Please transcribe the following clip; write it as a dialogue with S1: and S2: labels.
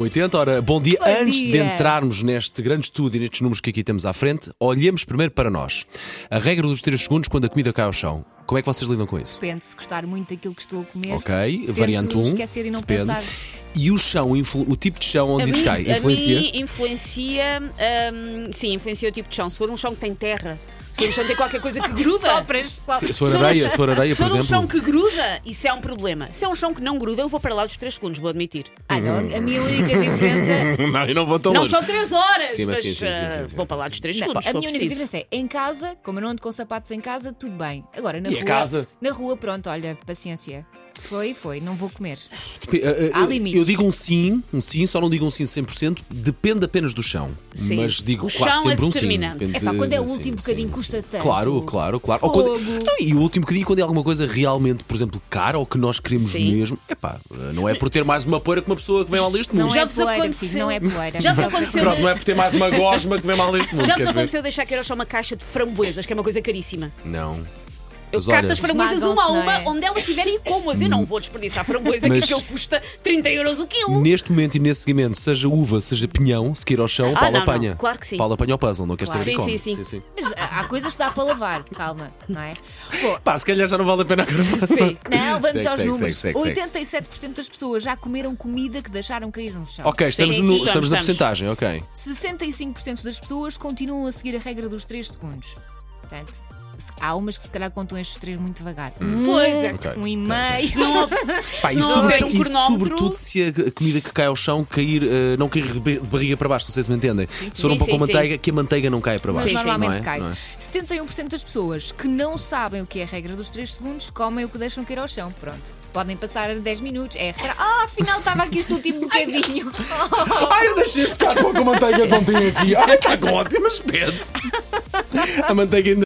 S1: 80, ora, bom dia.
S2: Bom
S1: Antes de
S2: dia.
S1: entrarmos neste grande estudo e nestes números que aqui temos à frente, olhemos primeiro para nós. A regra dos 3 segundos quando a comida cai ao chão. Como é que vocês lidam com isso?
S2: Depende se gostar muito daquilo que estou a comer.
S1: Ok,
S2: Tento
S1: variante 1.
S2: esquecer e não pensar.
S1: E o chão, influ- o tipo de chão
S3: A
S1: onde isso
S3: mim-
S1: cai, influencia?
S3: A mim influencia, hum, sim, influencia o tipo de chão. Se for um chão que tem terra, se for um chão que tem qualquer coisa que gruda.
S2: Sopras, sopras.
S1: Se for areia, se for areia,
S3: se
S1: por
S3: for um chão
S1: exemplo.
S3: que gruda, isso é um problema. Se é um chão que não gruda, eu vou para lá dos 3 segundos, vou admitir.
S2: Ah, não, a minha única diferença.
S1: Não, eu não vou tão
S3: Não
S1: longe.
S3: são 3 horas,
S1: Sim, mas
S3: mas,
S1: sim, sim, sim, sim,
S3: ah,
S1: sim.
S3: vou para lá dos 3
S2: Não, a
S3: segundos. se for
S2: minha única
S3: preciso.
S2: diferença é em casa, como eu não ando com sapatos em casa, tudo bem. Agora na
S1: E a
S2: rua.
S1: casa?
S2: Na rua, pronto, olha, paciência. Foi, foi, não vou comer.
S1: Depe- eh, eh,
S2: Há
S1: eu-
S2: limites.
S1: Eu digo um sim, um sim, só não digo um sim 100%, depende apenas do chão.
S3: Sim.
S1: Mas digo
S3: O
S1: quase
S3: chão é
S1: sempre um sim.
S3: determinante.
S1: depende
S2: Epá,
S1: de- um
S2: quando é o
S1: sim,
S2: último
S1: sim,
S2: bocadinho
S1: sim.
S2: custa tanto.
S1: Claro, claro, claro. Ou quando-
S2: Fogo.
S1: Não, e o último bocadinho, quando é alguma coisa realmente, por exemplo, cara ou que nós queremos
S3: Sim.
S1: mesmo, epá, não é por ter mais uma poeira que uma pessoa que vem mal deste mundo.
S2: Não
S3: Já
S2: é
S3: vos
S2: poeira,
S3: aconteceu-
S2: filho, não é poeira.
S3: Já vos aconteceu-
S1: Pronto, não é por ter mais uma gosma que vem mal deste mundo.
S3: Já vos
S1: queres ver?
S3: aconteceu deixar que era só uma caixa de framboesas, que é uma coisa caríssima.
S1: Não.
S3: Eu
S1: Mas
S3: carto
S1: olha-
S3: as framboesas uma a
S2: Esmagam-se, não
S3: uma,
S2: é?
S3: onde elas estiverem como Eu não vou desperdiçar framboesa, que
S1: Mas-
S3: aquilo custa 30 euros o quilo.
S1: Neste momento e nesse segmento, seja uva, seja pinhão, se queira ao chão,
S3: Ah,
S1: Paulo
S3: não, não.
S1: apanha.
S3: Claro que sim.
S1: Paulo apanha o puzzle, não quer
S2: Claro.
S1: saber
S3: Sim,
S1: como.
S3: sim, sim.
S2: Mas ah, há há coisas que dá para lavar, calma, não é? Bom,
S1: Pá, se calhar já não vale a pena agora.
S3: Sim.
S2: Não, vamos
S1: Segue,
S2: aos
S1: segue,
S2: números.
S1: segue, segue,
S2: 87% das pessoas já comeram comida que deixaram cair no chão.
S1: Ok, estamos,
S3: Tá Sim,
S1: no,
S3: aqui
S1: estamos,
S3: estamos,
S1: na
S3: estamos.
S1: porcentagem, ok.
S2: 65% das pessoas continuam a seguir a regra dos 3 segundos. Portanto, se- há umas que se calhar contam estes 3 muito devagar.
S3: Pois é.
S1: Hum. Ok.
S2: Um e meio.
S3: Não houve-
S1: Pá, e,
S3: não houver
S1: sobretudo,
S3: um
S1: e
S3: cronómetro-
S1: sobretudo se a comida que cai ao chão cair, eh, não cair de ba- de barriga para baixo, não sei se me entendem. Se for um
S3: Sim,
S1: pouco
S3: sim,
S1: manteiga, que a manteiga não caia para
S2: Mas
S1: baixo.
S2: normalmente
S1: não é?
S2: cai.
S1: Não é?
S2: 71% das pessoas que não sabem o que é a regra dos 3 segundos comem o que deixam cair ao chão. Pronto. Podem passar 10 minutos. É, reparar, ah, afinal estava aqui este último bocadinho.
S1: Ah, eu deixei este bocado com a manteiga de ontem aqui. Ah, está com ótimo aspecto. A manteiga ainda.